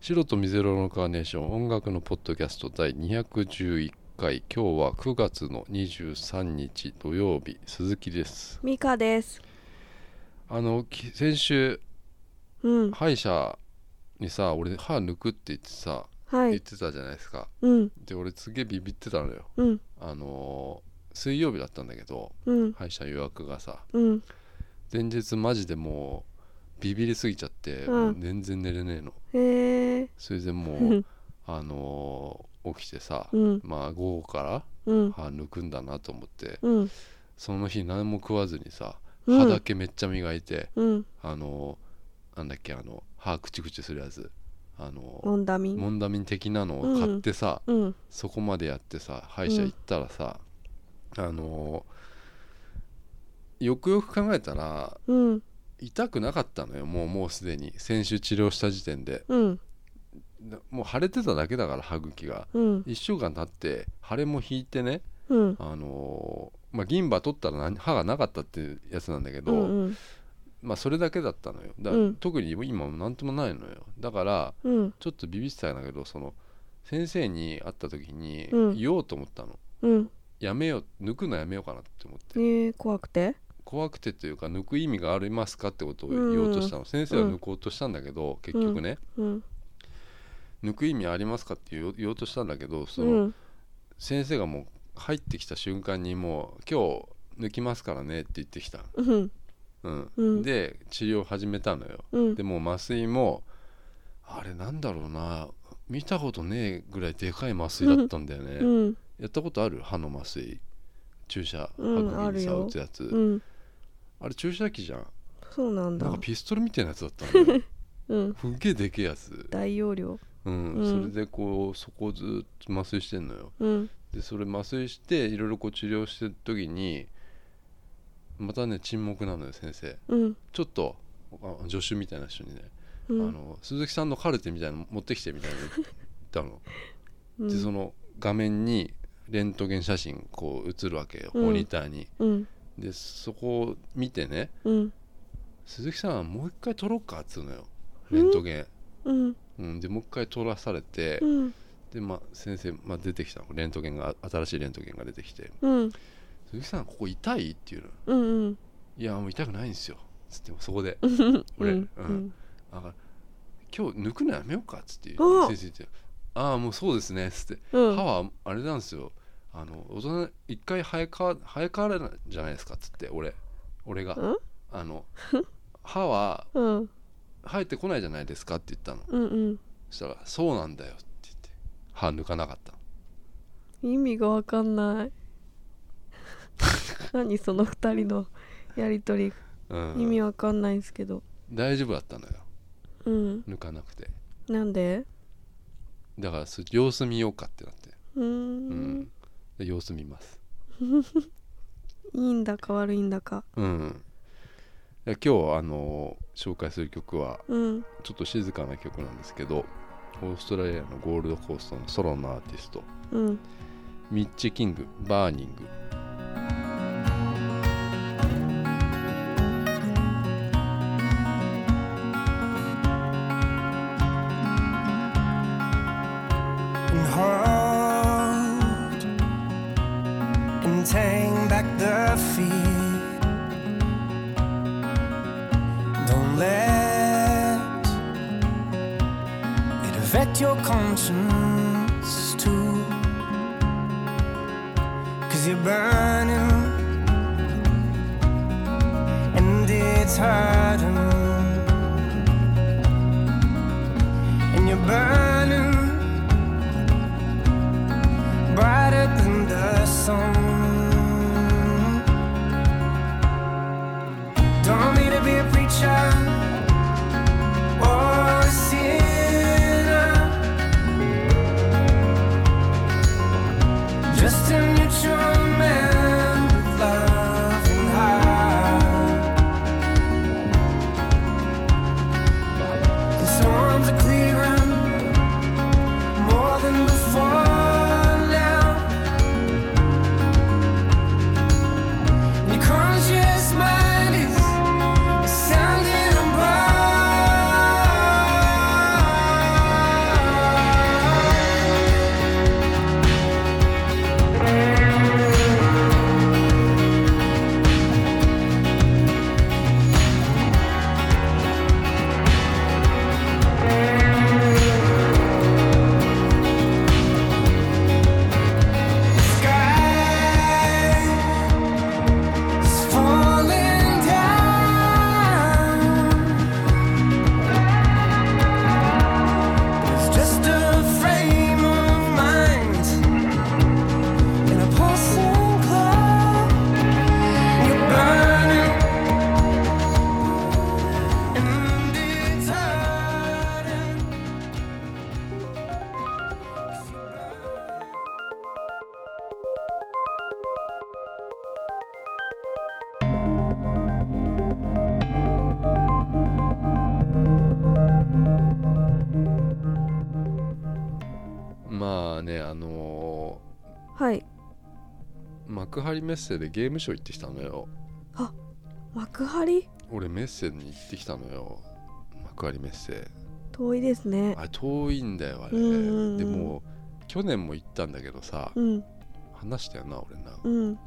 白と水色のカーネーション音楽のポッドキャスト第211回今日は9月の23日土曜日鈴木ですミカです。あのき先週うん。歯医者にさ俺歯抜くって言ってさ、は言っい。てたじゃないですかうん。で俺すげえビビってたのようん。あのー水曜日だったんだけどうん。歯医者予約がさうん。前日マジでもうビビりすぎちゃって、うんもう全然寝れねえのへえ。それでもう う、ん。あのー起きてさ、うん。まあ午後からうん。歯抜くんだなと思ってうん。その日何も食わずにさうん歯だけめっちゃ磨いて、うん。あのーなんだっけあの歯クチクチするやつあのーモンダミン。モンダミン的なのを買ってさ、うん。そこまでやってさ歯医者行ったらさ、あのーよくよく考えたらうん。痛くなかったのよもうもうすでに先週治療した時点でうん。なもう腫れてただけだから歯茎がうん。 1週間経って腫れも引いてねうん。あのーまあ、銀歯取ったら何歯がなかったっていうやつなんだけど、うん。まあ、それだけだったのよだ、うん特に今も何ともないのよだからうん。ちょっとビビってたんだけどその先生に会った時にうん言おうと思ったの、うん。やめよう抜くのやめようかなって思ってええ、怖くて。怖くてというか抜く意味がありますかってことを言おうとしたの、先生は抜こうとしたんだけど、結局ねうん。抜く意味ありますかって言おう言おうとしたんだけどそうの、ん。先生がもう入ってきた瞬間にもう今日抜きますからねって言ってきたうん。うんうんで治療始めたのようんで。もう麻酔もあれなんだろうな見たことねえぐらいでかい麻酔だったんだよね、うん。やったことある歯の麻酔注射歯うん茎にさあるよ打つやつ、うん。あれ注射器じゃんそうなんなだんか。ピストルみたいなやつだったのよ うん。すっげえでけえやつ、大容量。うんうんそれでこうそこをずっと麻酔してんのようん。でそれ麻酔していろいろこう治療してる時にまたね沈黙なのよ先生うん。ちょっとあ助手みたいな人にね、うあん。の鈴木さんのカルテみたいなの持ってきてみたいなの言ったの、 うでそん。の画面にレントゲン写真こう映るわけよ、うんモニターにうん。でそこを見てねうん。鈴木さんはもう一回撮ろうかっつうのよレントゲン、うん。うん、でもう一回撮らされて、うん。で、まあ、先生、まあ、出てきたのレントゲンが新しいレントゲンが出てきてうん。 「鈴木さんここ痛い?」っていうのうん。うん。 「いやもう痛くないんですよ」つってそこでうん。あ今日抜くのやめようか」っつって先お生言って「ああもうそうですね」っつって「う歯ん。はあれなんですよあの大人一回生え変わ生え変わるんじゃないですか」っつって俺俺がん「あの歯はうん。生えてこないじゃないですか」って言ったのうん。うん。そしたら「そうなんだよ」って言って歯抜かなかったの意味がわかんない 何その二人のやりとり、うん意味わかんないんですけど大丈夫だったのようん抜かなくてなんでだからそ様子見ようかってなってうーんうんで様子見ますいいんだか悪いんだかうんいや今日あの紹介する曲はうんちょっと静かな曲なんですけどオーストラリアのゴールドコーストのソロのアーティストうんミッチ・キング「バーニング」 and hold and take back the feet. Don't let it affect your conscience too. Cause you're burning and it's hurting. And you're burning brighter than the sun. Don't need to be a preacher or a sinner, just a neutral man with love and heart. His arms are clearing 今ねあのはいー幕張メッセでゲームショー行ってきたのよ幕張俺メッセに行ってきたのよ幕張メッセ遠いですねあれ遠いんだよあれ、うんうんうんでも去年も行ったんだけどさ、うん話したよな俺な、うん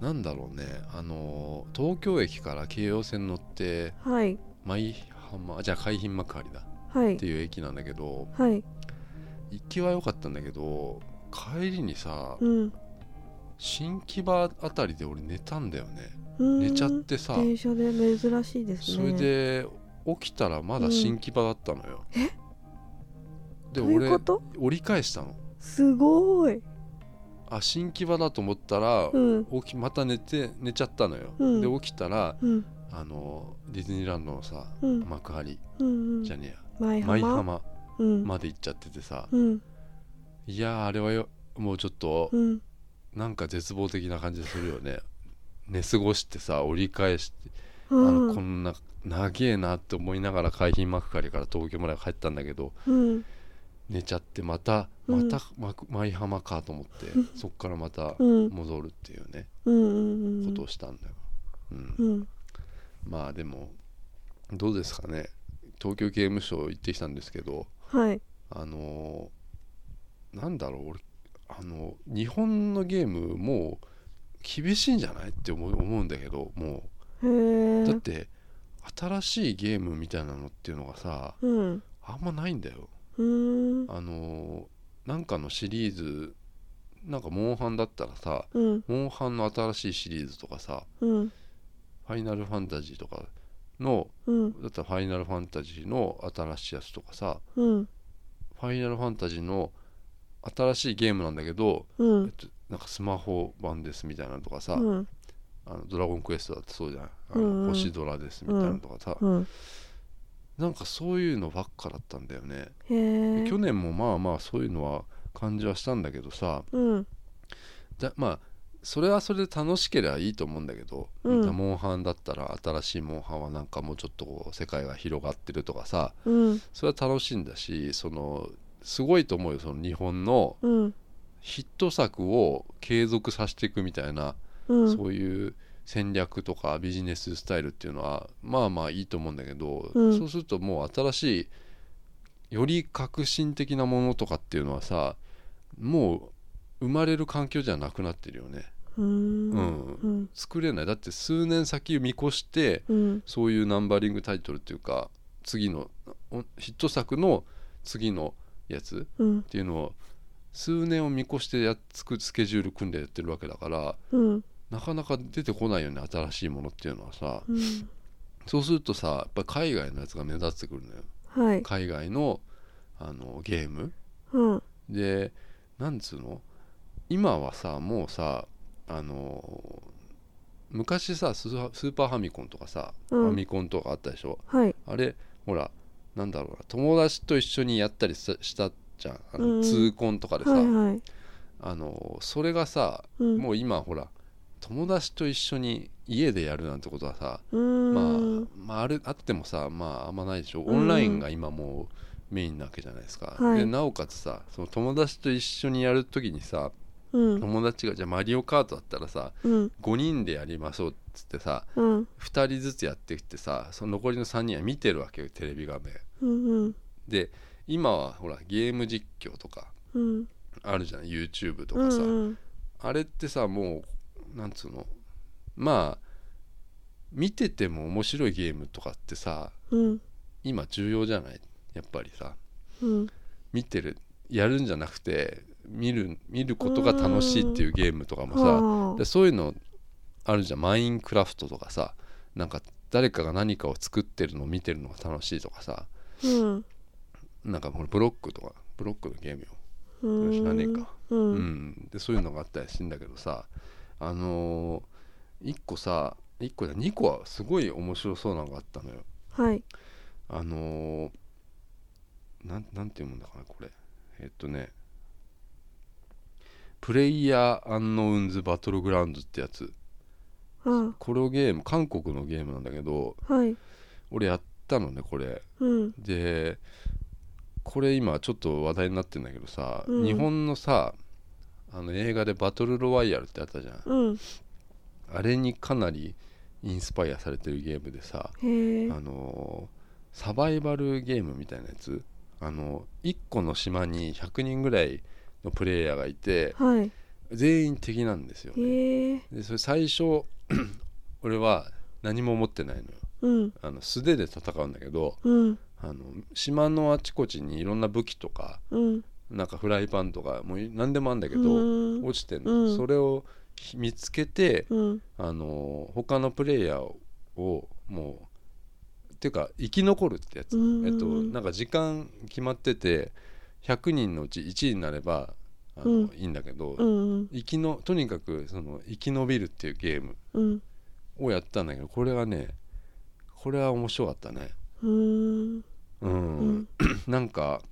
なんだろうねあのー東京駅から京葉線乗ってはい舞浜あじゃあ海浜幕張だっはいていう駅なんだけどはい行きは良かったんだけど帰りにさうん新木場あたりで俺寝たんだよねうん寝ちゃってさ電車で珍しいですそねれで起きたらまだ新木場だったのよ、うんえでどういう俺こと折り返したのすごいあ新木場だと思ったら、うん起きまた寝て寝ちゃったのよ、うんで起きたらうんあのディズニーランドのさ、うん幕張うんうんじゃね舞えや舞浜浜うんまで行っちゃっててさ、うんいやーあれはよもうちょっとうんなんか絶望的な感じするよね寝過ごしてさ折り返して、うあのこんんな長えなって思いながら海浜幕張から東京まで帰ったんだけどうん寝ちゃってまたまうんた、ま舞浜かと思ってそっからまたうん戻るっていうね、うんうんうんことをしたんだよ、うん、うんまあでもどうですかね東京刑務所行ってきたんですけどはいあのーなんだろう俺あの日本のゲームもう厳しいんじゃないって思う思うんだけどもへうだえって新しいゲームみたいなのっていうのがさうんうあんまないんだよーんあのーなんかのシリーズなんかモンハンだったらさうんモンハンの新しいシリーズとかさうんファイナルファンタジーとかのうんだったら「ファイナルファンタジー」の新しいやつとかさうん「ファイナルファンタジー」の新しいゲームなんだけど、うえっんと、なんかスマホ版ですみたいなのとかさ「うんあのドラゴンクエスト」だってそうじゃん「あうんのうん星ドラ」ですみたいなのとかさ、うんなんかそういうのばっかだったんだよね、へえ去年もまあまあそういうのは感じはしたんだけどさうんだまあそれはそれで楽しければいいと思うんだけど、うんモンハンだったら新しいモンハンはなんかもうちょっとこう世界が広がってるとかさ、うんそれは楽しいんだしそのすごいと思うよその日本のうんヒット作を継続させていくみたいな、うんそういう戦略とかビジネススタイルっていうのはまあまあいいと思うんだけど、うんそうするともう新しいより革新的なものとかっていうのはさもう生まれる環境じゃなくなってるよねうーんうんうん作れないだって数年先見越してうんそういうナンバリングタイトルっていうか次のおヒット作の次のやつうんっていうのを数年を見越してやっつくスケジュール組んでやってるわけだからうんなかなか出てこないよね新しいものっていうのはさうんそうするとさやっぱ海外のやつが目立ってくるのよはい海外のあのゲームうんでなんつうの今はさもうさあの昔さスースーパーファミコンとかさ、うんファミコンとかあったでしょはいあれほらなんだろうな友達と一緒にやったりさしたじゃんあうんうのん痛恨とかでさ、はいはいあのそれがさ、うんもう今ほら友達と一緒に家でやるなんてことはさ、うーんまあ、まあ、あるあってもさまああんまないでしょうオんンラインが今もうメインなわけじゃないですか、はいでなおかつさその友達と一緒にやる時にさうん友達がじゃあマリオカートだったらさうん5人でやりましょうっつってさうん2人ずつやってきてさその残りの3人は見てるわけよテレビ画面うんうんで今はほらゲーム実況とかうんあるじゃん YouTube とうかんさ、うんあれってさもうなんつうのまあ見てても面白いゲームとかってさうん今重要じゃないやっぱりさうん見てるやるんじゃなくて見る見ることが楽しいっていうゲームとかもさはでそういうのあるじゃんマインクラフトとかさなんか誰かが何かを作ってるのを見てるのが楽しいとかさあうんなんかこれブロックとかブロックのゲームようーん知らねえかううんん、でそういうのがあったりするんだけどさあのー、1個さ1個じゃ2個はすごい面白そうなのがあったのよはいあのー、なんなんていうもんだかなこれえっとねプレイヤーアンノウンズバトルグラウンズってやつあこのゲーム韓国のゲームなんだけどはい俺やったのねこれうんでこれ今ちょっと話題になってんだけどさ、うん日本のさあの映画で「バトルロワイヤル」ってあったじゃんうんあれにかなりインスパイアされてるゲームでさ、へえあのーサバイバルゲームみたいなやつあの1個の島に100人ぐらいのプレイヤーがいてはい全員敵なんですよ、ね、へえでそれ最初 俺は何も持ってないのようんあの素手で戦うんだけどうんあの島のあちこちにいろんな武器とかうんなんかフライパンとかもう何でもあるんだけうどーん落ちてんの、うんそれを見つけてうんあの他のプレイヤーをもうっていうか生き残るってやつ、うんえっと、なんか時間決まってて100人のうち1位になればあの、うんいいんだけど、うん生きのとにかくその生き延びるっていうゲームうんをやったんだけどこれがねこれは面白かったね。うーんうんうんなんか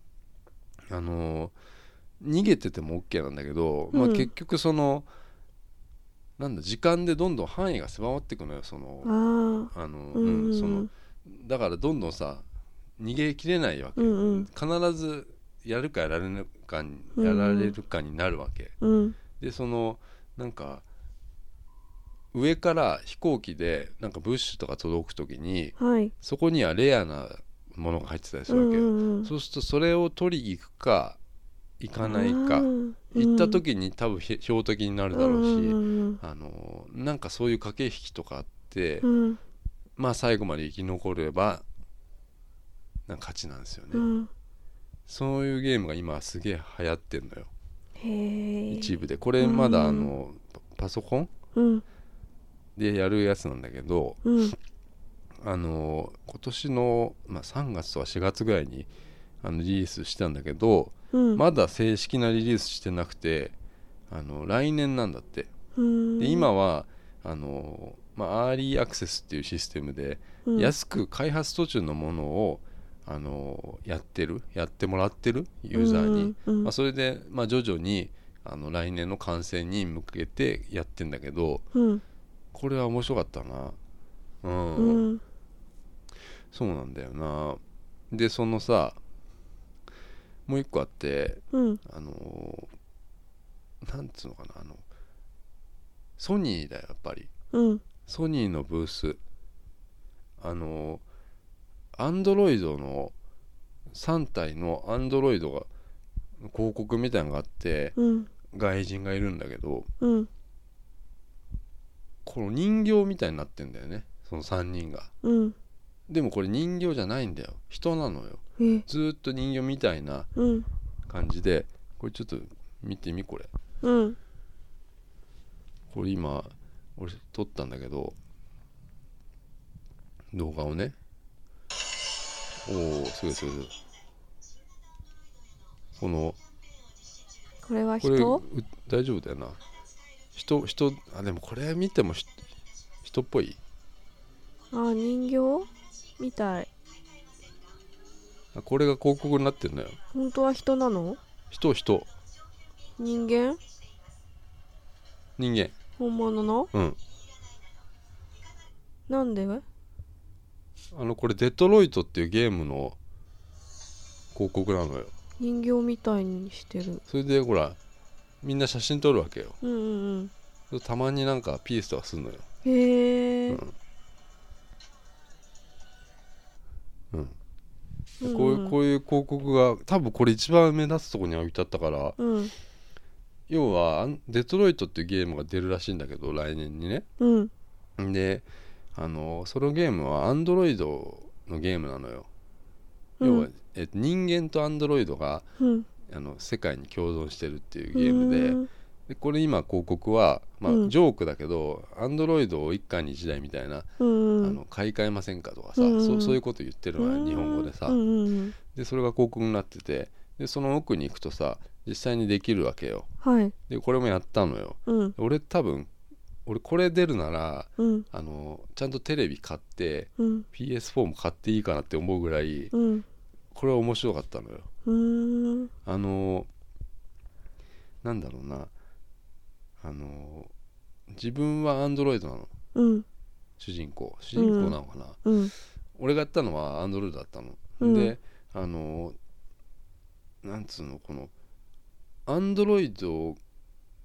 あの逃げてても OK なんだけど、まあ、うん結局そのなんだ時間でどんどん範囲が狭まっていくのよそのああの、あううんんそのだからどんどんさ逃げきれないわけ、うんうん必ずやるかやられるかにうんやられるかになるわけ、うんでそのなんか上から飛行機でなんか物資とか届く時にはいそこにはレアなものが入ってたりすうるわんけうよ、んうんそうするとそれを取りに行くか行かないあかー行った時に多分ひ標的になるだろうし、んうんあのなんかそういう駆け引きとかあって、うんまあ最後まで生き残ればなんか勝ちなんですよね、うんそういうゲームが今すげえ流行ってんのよへえ一部でこれまだうんあのパパソコンうんでやるやつなんだけどうんあの今年の、まあ、3月とか4月ぐらいにあのリリースしたんだけど、うんまだ正式なリリースしてなくてあの来年なんだってうんで今はあの、まあ、アーリーアクセスっていうシステムでうん安く開発途中のものをあのやってるやってもらってるユーザーに、うんうんまあ、それで、まあ、徐々にあの来年の完成に向けてやってんだけどうんこれは面白かったなうん、うんそうなんだよなでそのさもう一個あってうんあのなんつうのかなあのソニーだよやっぱりうんソニーのブースあのアンドロイドの3体のアンドロイドが広告みたいなのがあってうん外人がいるんだけどうんこの人形みたいになってんだよねその3人がうんでもこれ人形じゃないんだよ人なのよえずーっと人形みたいなうん感じでこれちょっと見てみこれうんこれ今俺撮ったんだけど動画をねおおすごいすごいすごいこのこれはこれ人う大丈夫だよな人人あでもこれ見てもひ人っぽいあ人形みたいあこれが広告になってるのよ本当は人なの人人人間人間本物のうんなんであのこれデトロイトっていうゲームの広告なのよ人形みたいにしてるそれでほらみんな写真撮るわけようんうんたまになんかピースとかするのようんへえうんうんこういうこういう広告が多分これ一番目立つとこに置いてあったからうん要はあんデトロイトっていうゲームが出るらしいんだけど来年にねうんであのそのゲームはアンドロイドのゲームなのようん要は、えっと人間とアンドロイドがうんあの世界に共存してるっていうゲームでうんでこれ今広告は、まあうんジョークだけどアンドロイドを一家に一台みたいな、うんあの買い替えませんかとかさ、うんそそういうこと言ってるわよ日本語でさ、うんうんうんでそれが広告になっててでその奥に行くとさ実際にできるわけよはいでこれもやったのようん俺多分俺これ出るならうんあのちゃんとテレビ買ってうん PS4 も買っていいかなって思うぐらいうんこれは面白かったのようんあのなんだろうなあの自分はアンドロイドなのうん主人公主人公なのかな、うん俺がやったのはアンドロイドだったの、うんであのなんつうのこのアンドロイド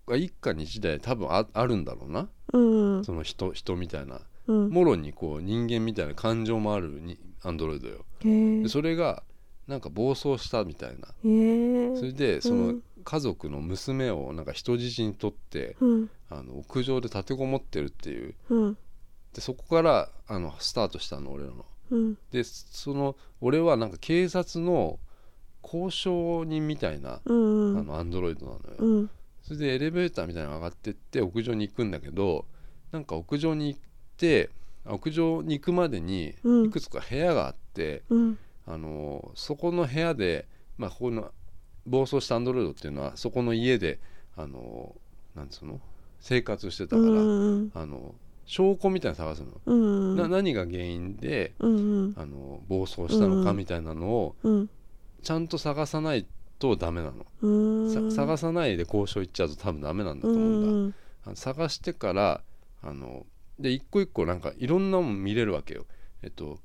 が一家に一台多分ああるんだろうなうんその人人みたいなうんもろにこう人間みたいな感情もあるにアンドロイドよへえでそれがなんか暴走したみたいなへそれえでそうのん家族の娘をなんか人質に取ってうんあの屋上で立てこもってるっていううんでそこからあのスタートしたの俺らのうんでその俺はなんか警察の交渉人みたいな、うんうあんのアンドロイドなのよ、うんそれでエレベーターみたいなのが上がってって屋上に行くんだけどなんか屋上に行ってあ屋上に行くまでにうんいくつか部屋があって、うんあのそこの部屋で、まあ、ここの暴走したアンドロイドっていうのはそこの家であのなんつうの生活してたうから、んあの証拠みたいなの探すの、 음, うんな何が原因でうんあの暴走したのうかんみたいなのをうんちゃんと探さないとダメなの、うんさ探さないで交渉行っちゃうと多分ダメなんだとう思うんだ、んあの探してからあので一個一個なんかいろんなもん見れるわけよえっと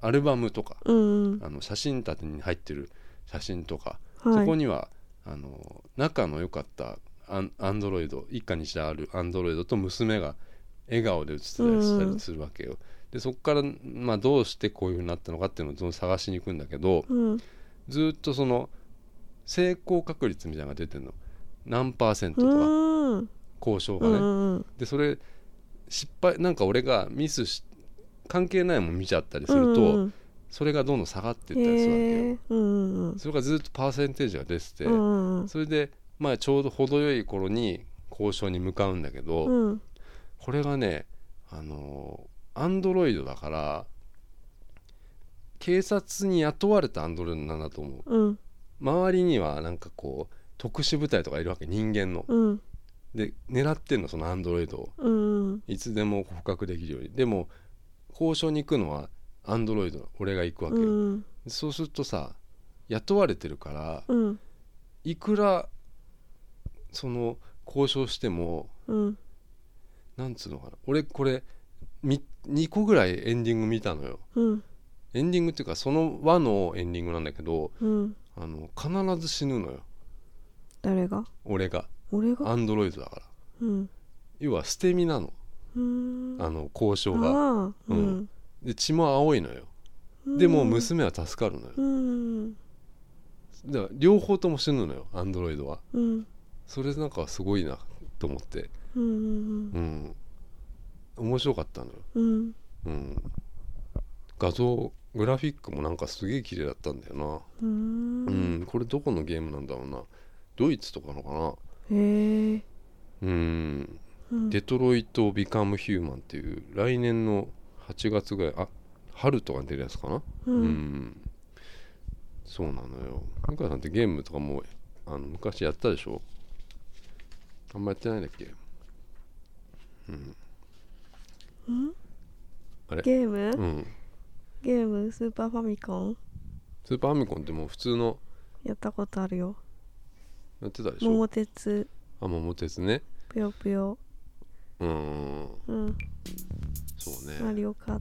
アルバムとかうんあの写真立てに入ってる写真とか、はそこいにはあの仲の良かったアンアンドロイド一家にしてあるアンドロイドと娘が笑顔で写ってたりしたりするわけよ、でそこから、まあ、どうしてこういうふうになったのかっていうのをその探しに行くんだけどうんずーっとその成功確率みたいなのが出てるの何パーセントうとかん交渉うがね、んでそれ失敗なんか俺がミスし関係ないもん見ちゃったりすると、うんそれがどんどん下がっていったりするわけへよえうんうんそれがずっとパーセンテージが出てて、うんそれでまあちょうど程よい頃に交渉に向かうんだけど、うんこれがねあのアンドロイドだから警察に雇われたアンドロイドなんだと思ううん周りにはなんかこう特殊部隊とかいるわけ人間のうんで狙ってんのそのアンドロイドをうんいつでも捕獲できるようにでも交渉に行くのはアンドロイド俺が行くわけうよ、んそうするとさ雇われてるからうんいくらその交渉してもうんなんつうのかな俺これ2個ぐらいエンディング見たのようんエンディングっていうかその輪のエンディングなんだけどうんあの必ず死ぬのよ誰が俺が俺がアンドロイドだからうん要は捨て身なのうんあの交 아, 渉がああううんんで血も青いのよでも娘は助かるのようんだから両方とも死ぬのよアンドロイドはうんそれなんかすごいなと思ってうんうんうん面白かったのよ、うんうん、画像グラフィックもなんかすげえ綺麗だったんだよなう 음. うんん、これどこのゲームなんだろうなドイツとかのかへえなうんうんデトロイト・ビカム・ヒューマンっていう来年の8月ぐらいあ春とかに出るやつかなううん、んそうなのよ向川さんってゲームとかもうあの昔やったでしょあんまやってないんだっけゲームうんゲームスーパーファミコンスーパーファミコンってもう普通のやったことあるよやってたでしょ桃鉄あ桃鉄ねぷよぷようーんうんそうマねリオカー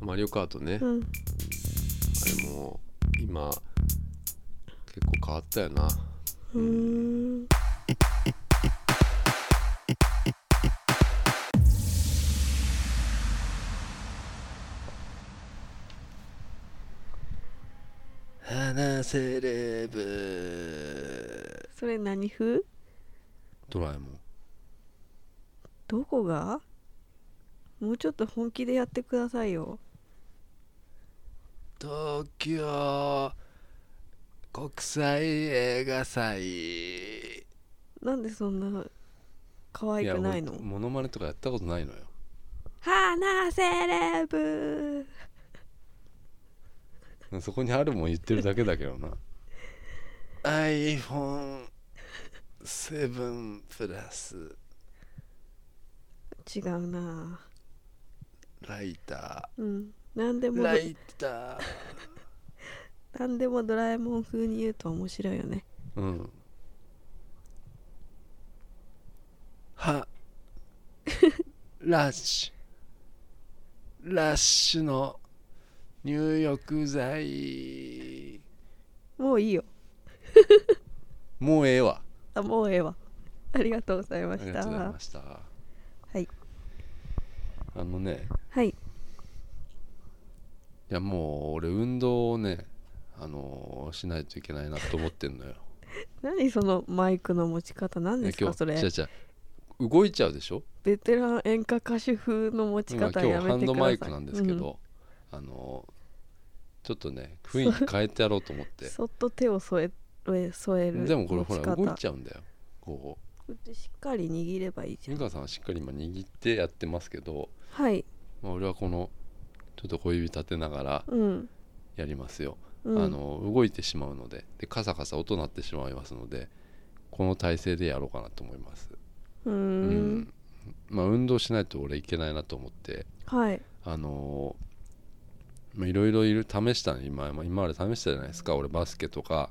マリオカートね、トうんあれも今結構変わったよなうーん話せれブそれ何風ドラえもんどこがもうちょっと本気でやってくださいよ東京国際映画祭なんでそんな可愛くないの俺モノマネとかやったことないのよ話せれぶそこにあるもん言ってるだけだけどな iPhone7 プラス違うなライタうん何でーもライター何でもドラえもん風に言うと面白いよねうんはラッシュラッシュの入浴剤もういいよもうええわあもうええわありがとうございまありしがたとうございましたはいあのねはいいやもう俺運動をねあのーしないといけないなと思ってんのよ何そのマイクの持ち方何ですいやかそれ違う違う動いちゃうでしょベテラン演歌歌手風の持ち今方今日はやめハンてくドださいマイクなんですけど、あのーちょっとね雰囲気変えてやろうと思っうて んそっと手を添え添えるでもこれほら持ち方動いちゃうんだよここっちしっかり握ればいいじうゃ美ん香さんはしっかり今握ってやってますけど、はいまあ、俺はこのちょっと小指立てながらうん、やりますよ、うん、あの動いてしまうのででカサカサ音鳴ってしまいますのでこの体勢でやろうかなと思いますうーんうんまあ、運動しないと俺いけないなと思ってはいあのーまあいろいろいる試したの今まあ今まで試したじゃないですか俺バスケとか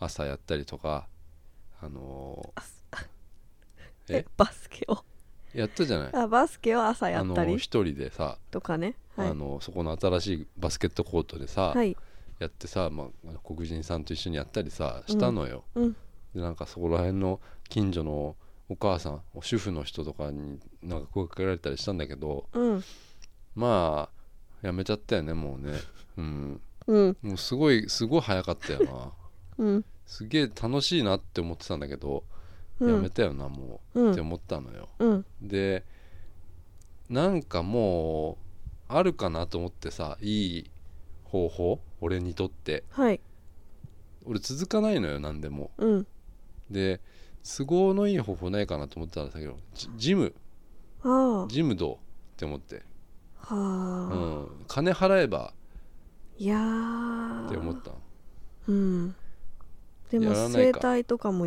朝やったりとかあのあすえ えバスケを ーやったじゃないあバスケを朝やあっのたーり一人でさ、とかねはいあのーそこの新しいバスケットコートでさ、はいやってさ、まあ、黒人さんと一緒にやったりさしたのよ、うんでなんかそこら辺の近所のお母さん主婦の人とかになんか声かけられたりしたんだけどうんまあやめちゃったよねもうねうんうんもうすごいすごい早かったよなうんすげえ楽しいなって思ってたんだけど、うやめんたよなもう、うんって思ったのようんでなんかもうあるかなと思ってさいい方法俺にとってはい俺続かないのよ何でもうんで都合のいい方法ないかなと思ってたんだけどジジムああはジムどうって思って、うあ、ん、金払えばいやーって思ったのうんでやもらない整か体とかも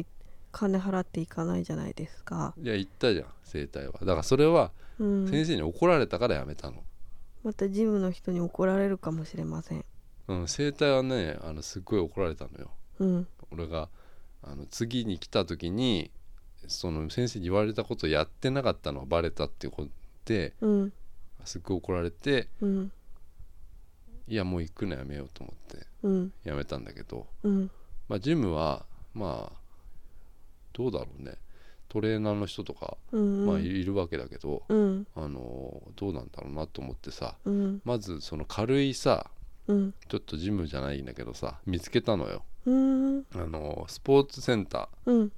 金払っていかないじゃないですか、いや言ったじゃん整体はだからそれはうん、先生に怒られたからやめたの、またジムの人に怒られるかもしれませんうん、整体はねあのすっごい怒られたのようん俺があの次に来た時にその先生に言われたことやってなかったのがバレたっていうことでうんすっごい怒られてうんいやもう行くのやめようと思ってうんやめたんだけど、うんまあ、ジムはまあどうだろうねトレーナーの人とか、うんまあ、いるわけだけど、うんあのどうなんだろうなと思ってさうんまずその軽いさうんちょっとジムじゃないんだけどさ見つけたのようんあのスポーツセンターうん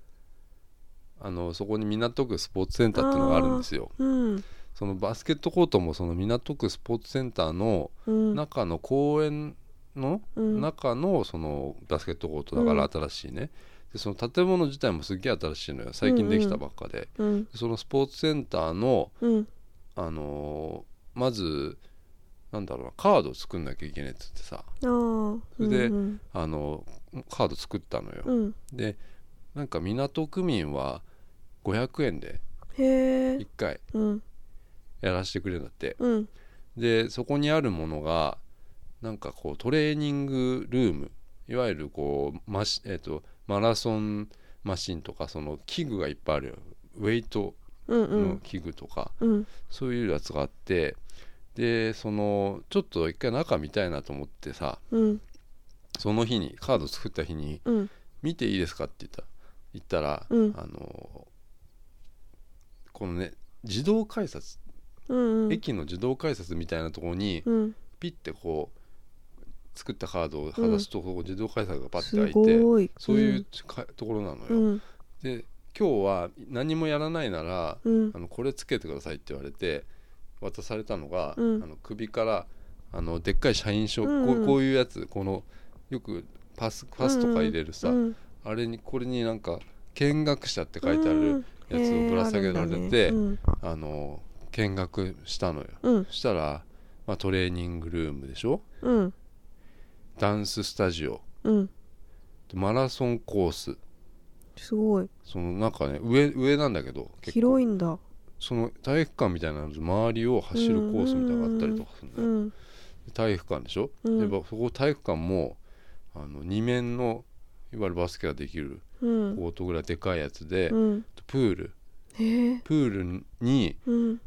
あのそこに港区スポーツセンターっていうのがあるんですようんそのバスケットコートもその港区スポーツセンターのうん中の公園のうん中のそのバスケットコートだからう新しいね、でその建物自体もすっげえ新しいのよ最近できたばっかで,、うんそのスポーツセンターの、うんあのーまずなんだろうなカード作んなきゃいけないっつってさ、ああそれでうんあのーカード作ったのよ、うんでなんか港区民は500円でへえ1回うんやらせてくれるんだってうんでそこにあるものがなんかこうトレーニングルームいわゆるこうマシ、えっとマラソンマシンとかその器具がいっぱいあるよウェイトうんうのん器具とか、うんそういうやつがあってでそのちょっと一回中見たいなと思ってさうんその日にカード作った日にうん「見ていいですか?」って言った言ったら、うんあのこのね自動改札、うん駅の自動改札みたいなところにうんピッてこう作ったカードを外すと、ここ自動改札がパッすて開いてごいそういうかところなのよ。うんで今日は何もやらないなら、うんあのこれつけてくださいって言われて渡されたのが、うんあの首からあのでっかい社員証、うんこううんこういうやつこのよくパスパスとか入れるさ、うんあれにこれになんか見学者って書いてあうるんやつをぶら下げられへて、ーあるんだねあの見学したのよ、うんそしたら、まあ、トレーニングルームでしょうんダンススタジオうんうんでマラソンコースすごいそのなんかね上上なんだけど結構広いんだその体育館みたいなの周りを走るコースみたいなのがあったりとかするのうよ、んで体育館でしょ、うんでばそこ体育館もあの2面のいわゆるバスケができるうんコートぐらいでかいやつで、うんプールへえプールにうん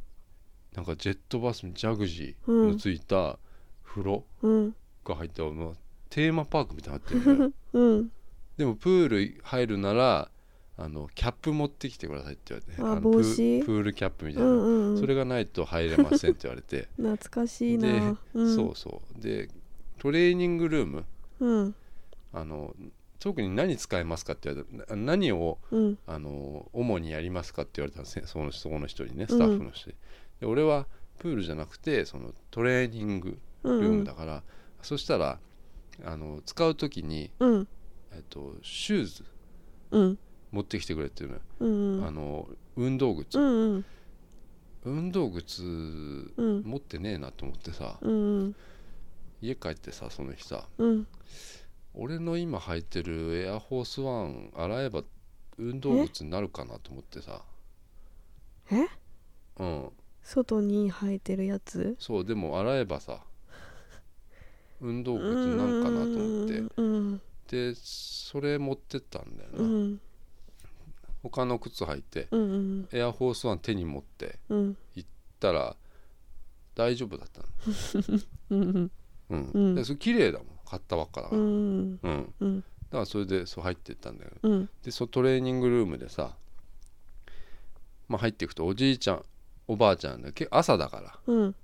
なんかジェットバスにジャグジーのついた風呂うん が入った、まあテーマパークみたいになってるのようんでもプール入るならあのキャップ持ってきてくださいって言われてあの帽子ププールキャップみたういな、んうんうんそれがないと入れませんって言われ て懐かしいでな、うん、そうそうでトレーニングルームうんあの特に何使いますかって言われたな何をうんあの主にやりますかって言われたんですねそのそこの人にねスタッフの人に、で俺はプールじゃなくてそのトレーニングうんルうーんムだから、そしたらあの使う時に、うんえっと、シューズうん持ってきてくれっていうのよ、うんうんあの運動う靴、んうん運動靴うん持ってねえなと思ってさ、うん家帰ってさその日さうん俺の今履いてるエアホースワン洗えば運動靴になるかなと思ってさえうん外に生えてるやつそうでも洗えばさ運動靴になるかなと思ってうんでそれ持ってったんだよな、うん他の靴履いてうんうんエアホースワン手に持ってうんたら大丈夫だったのうんうん、うんでそれ綺麗だもん買ったばっかだかうら、うんんうんだからそれでそう入ってったんだようんでそのトレーニングルームでさ、まあ、入っていくとおじいちゃんおばあちゃんでけ朝だからうん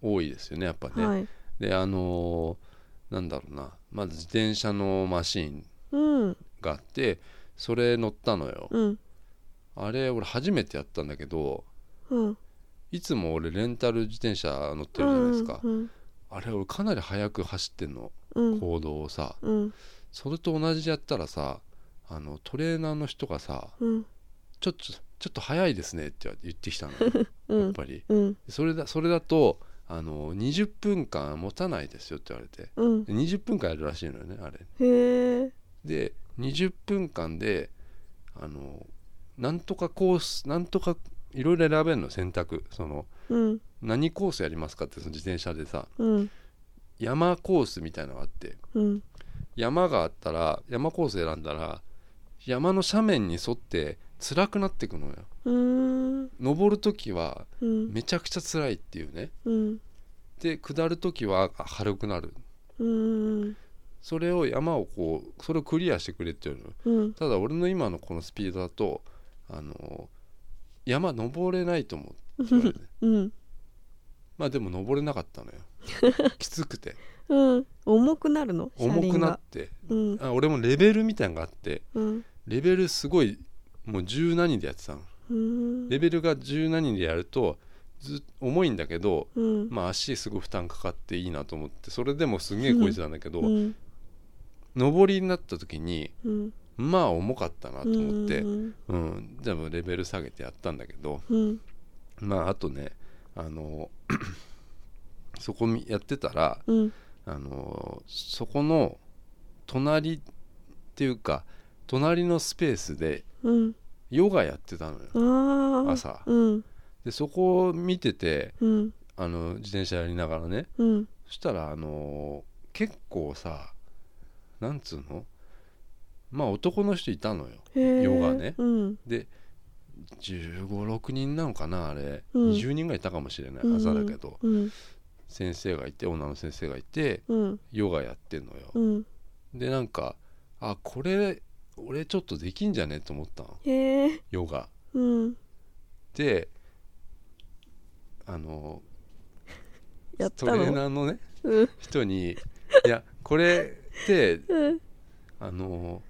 多いですよねやっぱね、はいであのーなんだろうなまず自転車のマシーンうんがあってそれ乗ったのよ、うんあれ俺初めてやったんだけどうんいつも俺レンタル自転車乗ってるじゃないですか、うんあれ俺かなり速く走ってんのうん行動をさうんそれと同じでやったらさあのトレーナーの人がさうん「ちょっとちょっと速いですね」って言ってきたのようやっんぱりうんそれだそれだとあの20分間持たないですよって言われてうんで20分間やるらしいのよねあれへえで20分間であのなんとかコースなんとかいろいろ選べるの選択そのうん何コースやりますかってその自転車でさうん山コースみたいなのがあってうん山があったら山コース選んだら山の斜面に沿って辛くなってくのようん登る時はうんめちゃくちゃ辛いっていうねうんで下る時はあ軽くなるうんそれを山をこうそれをクリアしてくれっていうのうんただ俺の今のこのスピードだとあの山登れないと思うって言わ れてうんまあでも登れなかったの よきつくてうん重くなるの車重く輪なっがてうんあ俺もレベルみたいなのがあってうんレベルすごいもう十何人でやってたのうんレベルが十何人でやるとずっ重いんだけどうんまあ足すごい負担かかっていいなと思ってそれでもすげえこいてたんだけど、うん上りになった時にうんまあ重かったなと思ってう、んうん、じゃあもうレベル下げてやったんだけどうんまああとねあの そこみやってたらうんあのそこの隣っていうか隣のスペースでうんヨガやってたのよああ朝うんでそこを見ててうんあの自転車やりながらねうんそしたらあの結構さなんつうのまあ男の人いたのよへえヨガねうんで1 5 6人なのかなあれ、うん20人ぐらいいたかもしれないうんうん朝だけど、うん先生がいて女の先生がいてうんヨガやってんのよ、うんでなんかあこれ俺ちょっとできんじゃねと思ったのへえヨガうんであのやっトたレーのナーのねうん人 に「いやこれってうんあの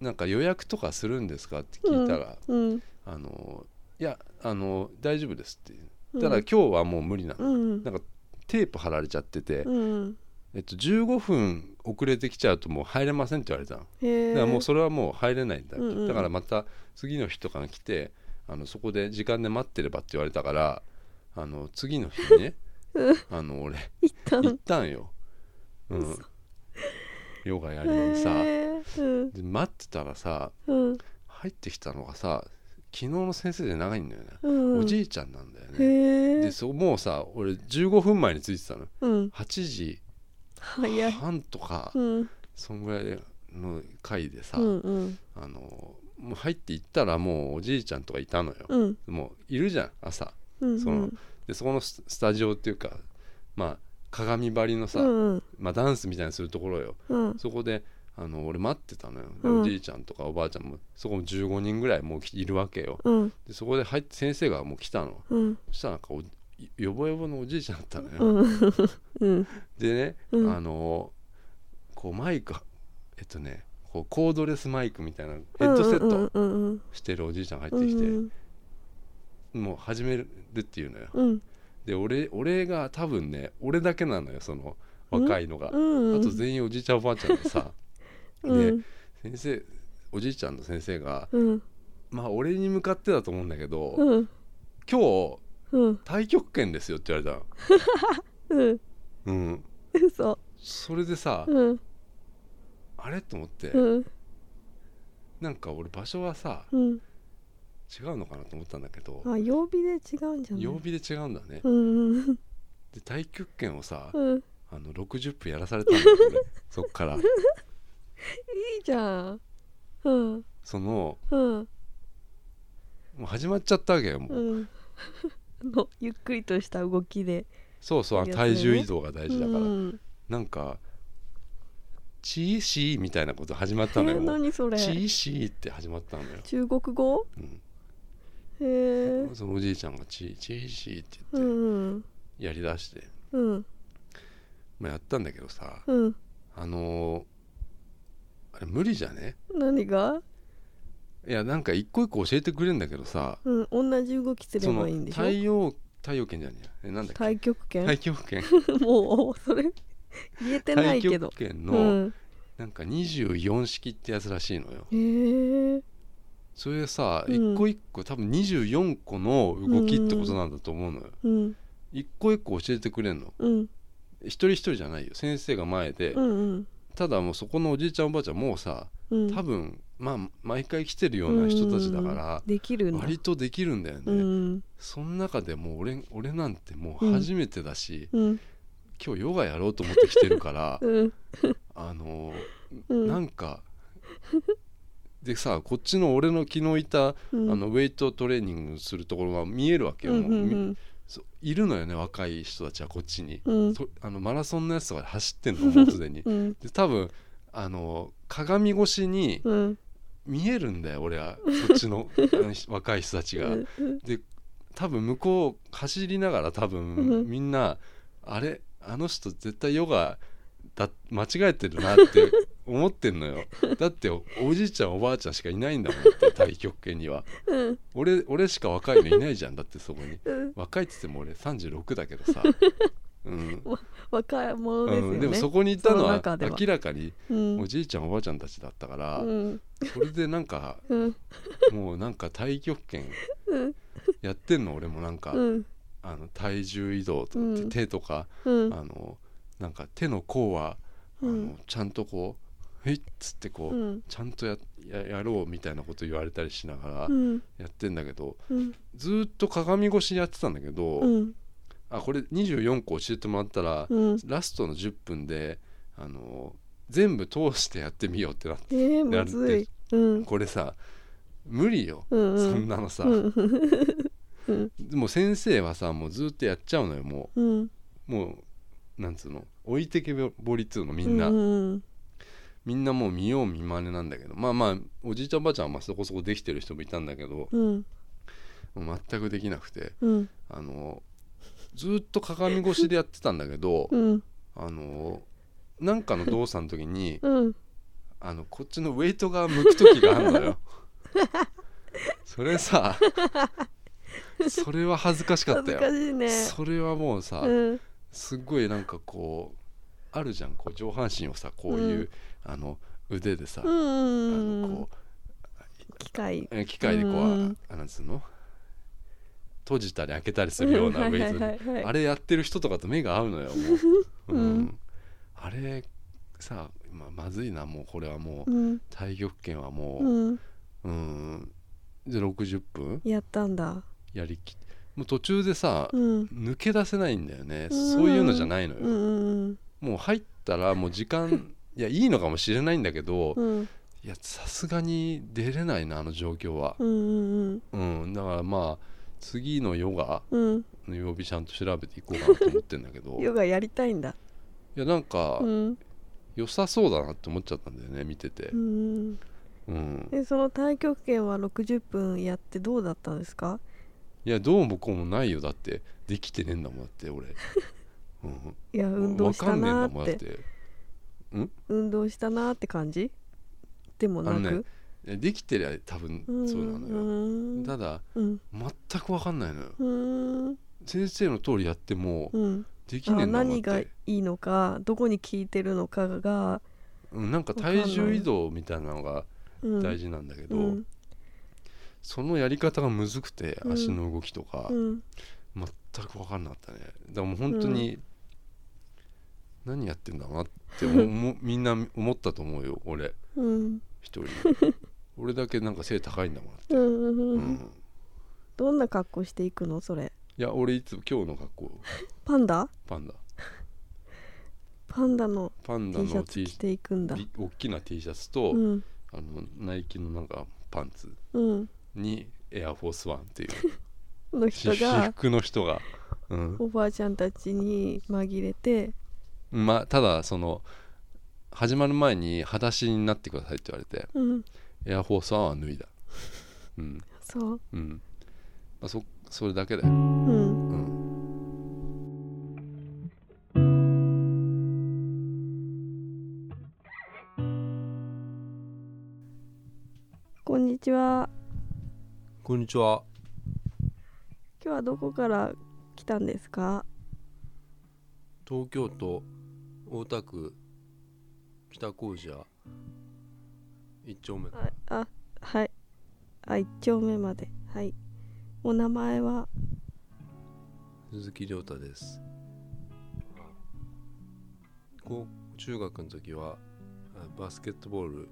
なんか予約とかするんですか?」って聞いたら「うんあのいやあの大丈夫です」ってうんただ今日はもう無理なの、うんなんかテープ貼られちゃってて、うんえっと、15分遅れてきちゃうともう入れませんって言われたの、へえだからもうそれはもう入れないんだ、うんうんだからまた次の日とかに来てあのそこで時間で待ってればって言われたからあの次の日にね うんあの俺行った行っのたんよ、うん、ヨガやりにさ、へえうんで待ってたらさうん入ってきたのがさ昨日の先生じゃ長いんだよね、うんおじいちゃんなんだよねへでえそうもうさ俺15分前に着いてたのうん8時早い半とか、うんそんぐらいの回でさ、うんうんあのもう入っていったらもうおじいちゃんとかいたのよ、うんもういるじゃん朝うんそのでそこのススタジオっていうかまあ鏡張りのさ、うんまあ、ダンスみたいにするところようんそこであの俺待ってたのよ、でうんおじいちゃんとかおばあちゃんもそこも15人ぐらいもういるわけようんでそこで入って先生がもう来たのうんそしたらなんかおよぼよぼのおじいちゃんだったのよ、うんうんでね、うんあのこうマイクえっとねこうコードレスマイクみたいなヘッドセットうんうんしてるおじいちゃんがう入ってきて、んもう始めるっていうのようんで俺俺が多分ね俺だけなのよその若いのが、うあんと全員おじいちゃんおばあちゃんでさうでん先生おじいちゃんと先生がうんまあ俺に向かってだと思うんだけど、うん今日うん太極拳ですよって言われうんたのうん嘘それでさ、うんあれと思って、うんなんか俺場所はさうん違うのかなと思ったんだけど、あ曜日で違うんじゃない曜日で違うんだね、うんうんで太極拳をさ、うんあの60分やらされたんだよねそっ からいいじゃんうんそのうんもう始まっちゃったわけよもう、 うんのゆっくりとした動きでそうそうあのやつだよね体重移動が大事だから、うんなんか「チーシー」みたいなこと始まっえたのよー、もう何「それチーシー」って始まったのよ、中国語うんへえそのおじいちゃんが「チーチーシー」ってう言ってんやりだして、うんまあ、やったんだけどさうんあのーあれ無理じゃね何がいやなんか一個一個教えてくれるんだけどさうん同じ動きすれそのばいいんでしょ太陽太陽圏じゃねえやえなんだっけ太極拳、太極拳 もうそれ言えてない太け極ど拳うのん、なんか24式ってやつらしいのよへえそれでさうん一個一個多分24個の動きってことなんだと思うのようん一個一個教えてくれんのうん一人一人じゃないよ先生が前でうんうんただもうそこのおじいちゃんおばあちゃんもうさうん多分まあ毎回来てるような人たちだかできるらんだ割とできるんだようねんその中でもう俺俺なんてもう初めてだしうん今日ヨガやろうと思って来てるからうんあのーうんなんかでさこっちの俺の昨日いたうんあのウェイトトレーニングするところは見えるわけうよ、んもううんうみんそういるのよね若い人たちはこっちに、うんとあのマラソンのやつとかで走ってんのもうすでにうんで多分あの鏡越しにうん見えるんだよ俺はそっち のあのひ若い人たちがで多分向こう走りながら多う分んみんなあれあの人絶対ヨガだ間違えてるなって思ってんの よだっておおじいちゃんおばあちゃんしかいないんだもんって太極拳にはうん俺俺しか若いのいないじゃんだってそこにうん若いっつっても俺36だけどさ、うん若いものですようねん、でもそこにいたのはその中では明らかにうんおじいちゃんおばあちゃんたちだったから、うんそれでなんかうんもうなんか太極拳うんやってんの俺もなんか、うんあの体重移動とか、うん手とか、うんあのなんか手の甲は、うんあのちゃんとこう「へいっ」つってこう、うんちゃんとやややろうみたいなこと言われたりしながらうんやってんだけど、うんずーっと鏡越しにやってたんだけど、うんあこれ24個教えてもらったら、うんラストの10分であの全部通してやってみようってなってえーむずいうんこれさ無理よ、うんうそんんなのさ、うんでも先生はさもうずっとやっちゃうのよもうんうもうなんつうの置いてけぼりっつうのみんな、うんみんなもう見よう見まねなんだけどまあまあおじいちゃんおばあちゃんはまあそこそこできてる人もいたんだけどうんもう全くできなくてうんあのずっと鏡越しでやってたんだけどうんあのなんかの動作の時にうんあのこっちのウェイトが向く時があるのよそれさそれは恥ずかしかっ恥たずよかしいねそれはもうさ、うんすっごいなんかこうあるじゃんこう上半身をさこういう、あの腕でさ、うあんうのんこ機械うえ機械でこう、うんあなんつうの閉じたり開けたりするようなウェイトで、はいはいはいあれやってる人とかと目が合うのよもう、うんあれさ、まあ、まずいなもうこれはもう、うん太極拳はもう、うんうんで60分やったんだやりきもう途中でさ、うん抜け出せないんだよね、うんそういうのじゃないのよ、うんうんもう入ったらもう時間いやいいのかもしれないんだけど、うんいやさすがに出れないなあの状況はうんうんうんだからまあ次のヨガうんの曜日ちゃんと調べていこうかなと思ってんだけうどんいヨガやりたいんだやなんか、うん良さそうだなって思っちゃったんだよね見ててう、んうん、でその太極拳は60分やってどうだったんですかいやどうもこうもないよだってできてねえんだもんだって俺、うん、いや運動したなわかーっんねえんだもんだってて運動したなーって感じでもなあのねくいやできてりゃ多分うんそうなのうよ、んただうん全く分かんないのようん先生の通りやってもうんできあねえんだもん何だがっいて、いのかどこに効いてるのかが、うん、なんか体重移動みたいなのがうん、大事なんだけど、うんそのやり方がむずくてうん足の動きとか、うん全く分かんなかったねだからもう本当に何やってんだろうなって 思うみんな思ったと思うよ俺うん 一人俺だけなんか背高いんだもんだって、うんうんううんん、どんな格好していくのそれいや俺いつも今日の格好パンダパンダパンダのパンダ T シのャツ T 着シていくんだャツ大きな T シャツと、うんあのナイキのなんかパンツうんにエアフォースワンっていうの私 人私が服の人が、うん、おばあちゃんたちに紛れてまあただその始まる前に裸足になってくださいって言われてうんエアフォースワンは脱いだうんそううん、まあ、そそれだけだよ、うんうん、こんにちはこんにちは今日はどこから来たんですか東京都大田区北麹社一丁目ああはいあ一丁目まではいお名前は鈴木亮太です高中学の時はあバスケットボール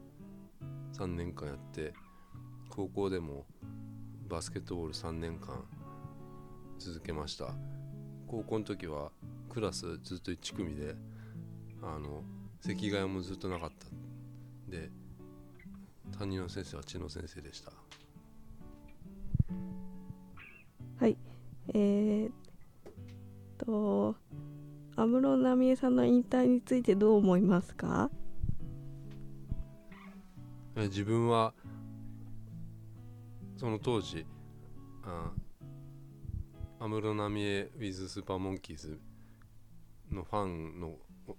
3年間やって高校でもバスケットボール3年間続けました高校の時はクラスずっと1組であの席替えもずっとなかったで担任の先生は知の先生でしたえー、っと安室奈美恵さんの引退についてどう思いますかえ自分はその当時あ安室奈美恵 with スーパーモンキーズのファンのお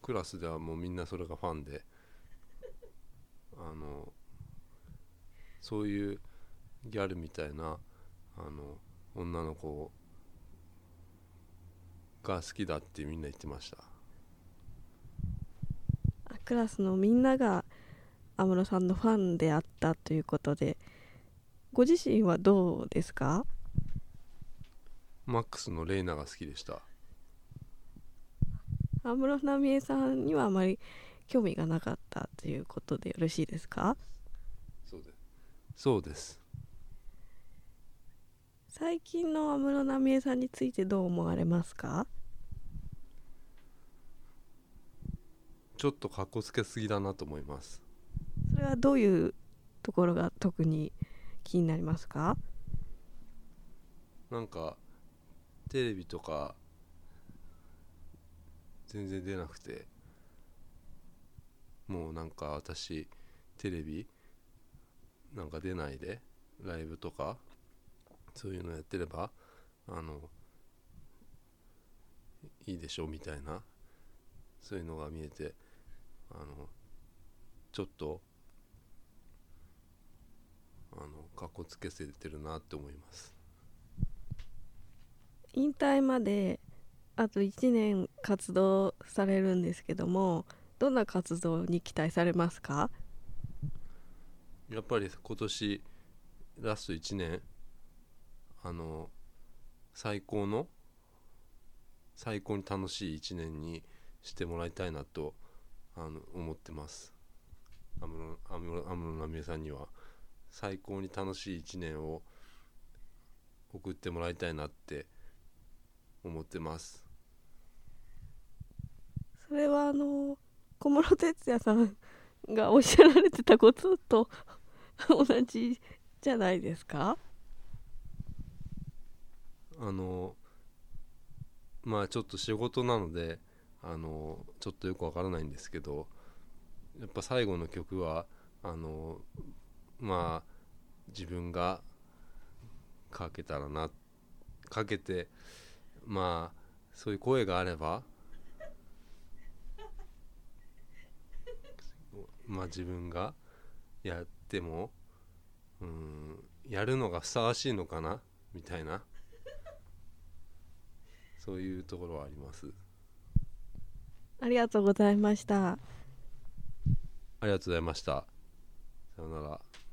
クラスではもうみんなそれがファンであのそういうギャルみたいなあの女の子が好きだってみんな言ってましたあクラスのみんなが安室さんのファンであったということでご自身はどうですかマックスのレイナが好きでした安室奈美恵さんにはあまり興味がなかったということでよろしいですかそうですそうです最近の安室奈美恵さんについてどう思われますかちょっとかっこつけすぎだなと思いますそれはどういうところが特に気になりますかなんかテレビとか全然出なくてもうなんか私テレビなんか出ないでライブとかそういうのやってればあのいいでしょみたいなそういうのが見えてあのちょっとあのかっこつけせてるなって思います引退まであと1年活動されるんですけどもどんな活動に期待されますかやっぱり今年ラスト1年あの最高の最高に楽しい1年にしてもらいたいなとあの思ってます安室安室安室奈美恵さんには最高に楽しい1年を送ってもらいたいなって思ってますそれはあの小室哲哉さんがおっしゃられてたことと同じじゃないですかあのまあちょっと仕事なのであのちょっとよくわからないんですけどやっぱ最後の曲はあのまあ自分がかけたらなかけてまあそういう声があればまあ自分がやってもうんやるのがふさわしいのかなみたいなそういうところはありますありがとうございました。ありがとうございましたさようなら